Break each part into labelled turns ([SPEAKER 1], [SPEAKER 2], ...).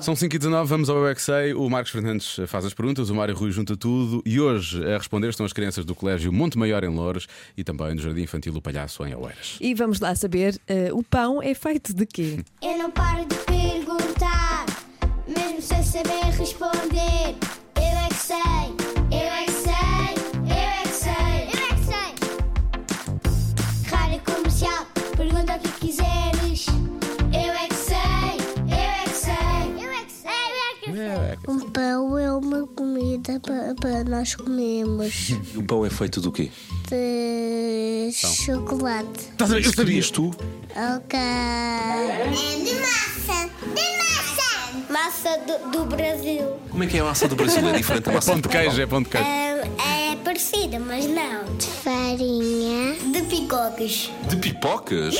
[SPEAKER 1] São 5 e 19 vamos ao UXA. O Marcos Fernandes faz as perguntas, o Mário Rui junta tudo. E hoje a responder estão as crianças do Colégio Monte Maior em Louros e também do Jardim Infantil O Palhaço em Oeiras.
[SPEAKER 2] E vamos lá saber: eh, o pão é feito de quê?
[SPEAKER 3] Eu não paro de perguntar, mesmo sem saber responder. Eu é que sei, eu é que sei, eu é que sei, eu é que sei. Rádio comercial, pergunta o que quiseres. Eu é que sei, eu é que sei, eu é que sei, eu é que sei. Um pão é uma comida para, nós comermos
[SPEAKER 4] E o pão é feito do quê?
[SPEAKER 3] de chocolate.
[SPEAKER 4] Estás a ver? Eu sabias tu?
[SPEAKER 3] Ok. É de massa. De massa. Massa do, do Brasil.
[SPEAKER 4] Como é que é a massa do Brasil? É diferente da massa
[SPEAKER 1] Pão de queijo, é pão de queijo.
[SPEAKER 3] É, parecida, mas não. De farinha. De picocas.
[SPEAKER 4] De pipocas?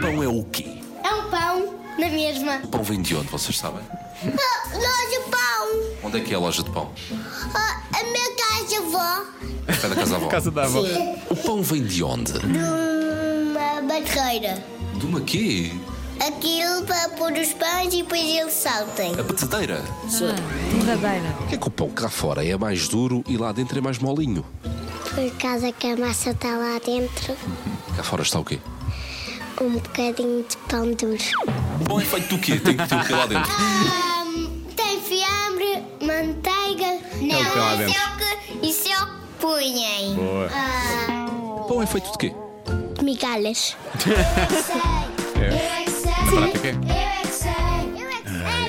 [SPEAKER 4] Pão é o quê?
[SPEAKER 3] É um pão na mesma.
[SPEAKER 4] O pão vem de onde, vocês sabem?
[SPEAKER 3] Loja Ah, pão. Ah,
[SPEAKER 4] Onde é que é a loja de pão?
[SPEAKER 3] a minha casa vó.
[SPEAKER 4] É perto da casa da avó.
[SPEAKER 1] Casa da avó.
[SPEAKER 4] O pão vem de onde?
[SPEAKER 3] De uma barreira.
[SPEAKER 4] De uma quê?
[SPEAKER 3] Aquilo para pôr os pães e depois eles saltem.
[SPEAKER 4] A batedeira.
[SPEAKER 2] Verdadeira.
[SPEAKER 4] Porquê que o pão cá fora é mais duro e lá dentro é mais molinho?
[SPEAKER 3] Por causa é que a massa está lá dentro,
[SPEAKER 4] Cá fora está o quê?
[SPEAKER 3] um bocadinho de pão duro.
[SPEAKER 4] O pão é feito do quê? Tem que ter o quê lá dentro?
[SPEAKER 3] tem fiambre, manteiga.
[SPEAKER 1] É o que lá dentro.
[SPEAKER 3] que, isso é o que punhem.
[SPEAKER 1] Boa.
[SPEAKER 4] O pão é feito de quê?
[SPEAKER 3] Migalhas. é
[SPEAKER 1] É. prática é.
[SPEAKER 3] Ai,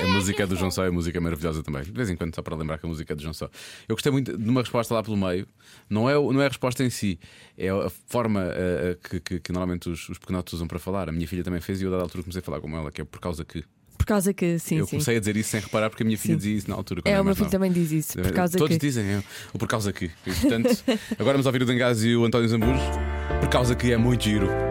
[SPEAKER 1] Ai, a música do João Só é música maravilhosa também. De vez em quando, só para lembrar que a música é do João Só. Eu gostei muito de uma resposta lá pelo meio. Não é, o- não é a resposta em si, é a forma eh, que, que- que normalmente os, os pequenotes usam para falar. A minha filha também fez e eu, a dada altura, comecei a falar como ela, que é por causa que.
[SPEAKER 2] Por causa que, sim,
[SPEAKER 1] eu
[SPEAKER 2] sim.
[SPEAKER 1] comecei a dizer isso sem reparar porque a minha filha dizia isso na altura. quando
[SPEAKER 2] É,
[SPEAKER 1] era
[SPEAKER 2] o meu
[SPEAKER 1] mais
[SPEAKER 2] filho
[SPEAKER 1] nova. Eh,
[SPEAKER 2] também diz isso. Por causa
[SPEAKER 1] Todos
[SPEAKER 2] que.
[SPEAKER 1] dizem, é, o por causa que. E, portanto, agora vamos ouvir o Dengás e o António Zambujo. Por causa que é muito giro.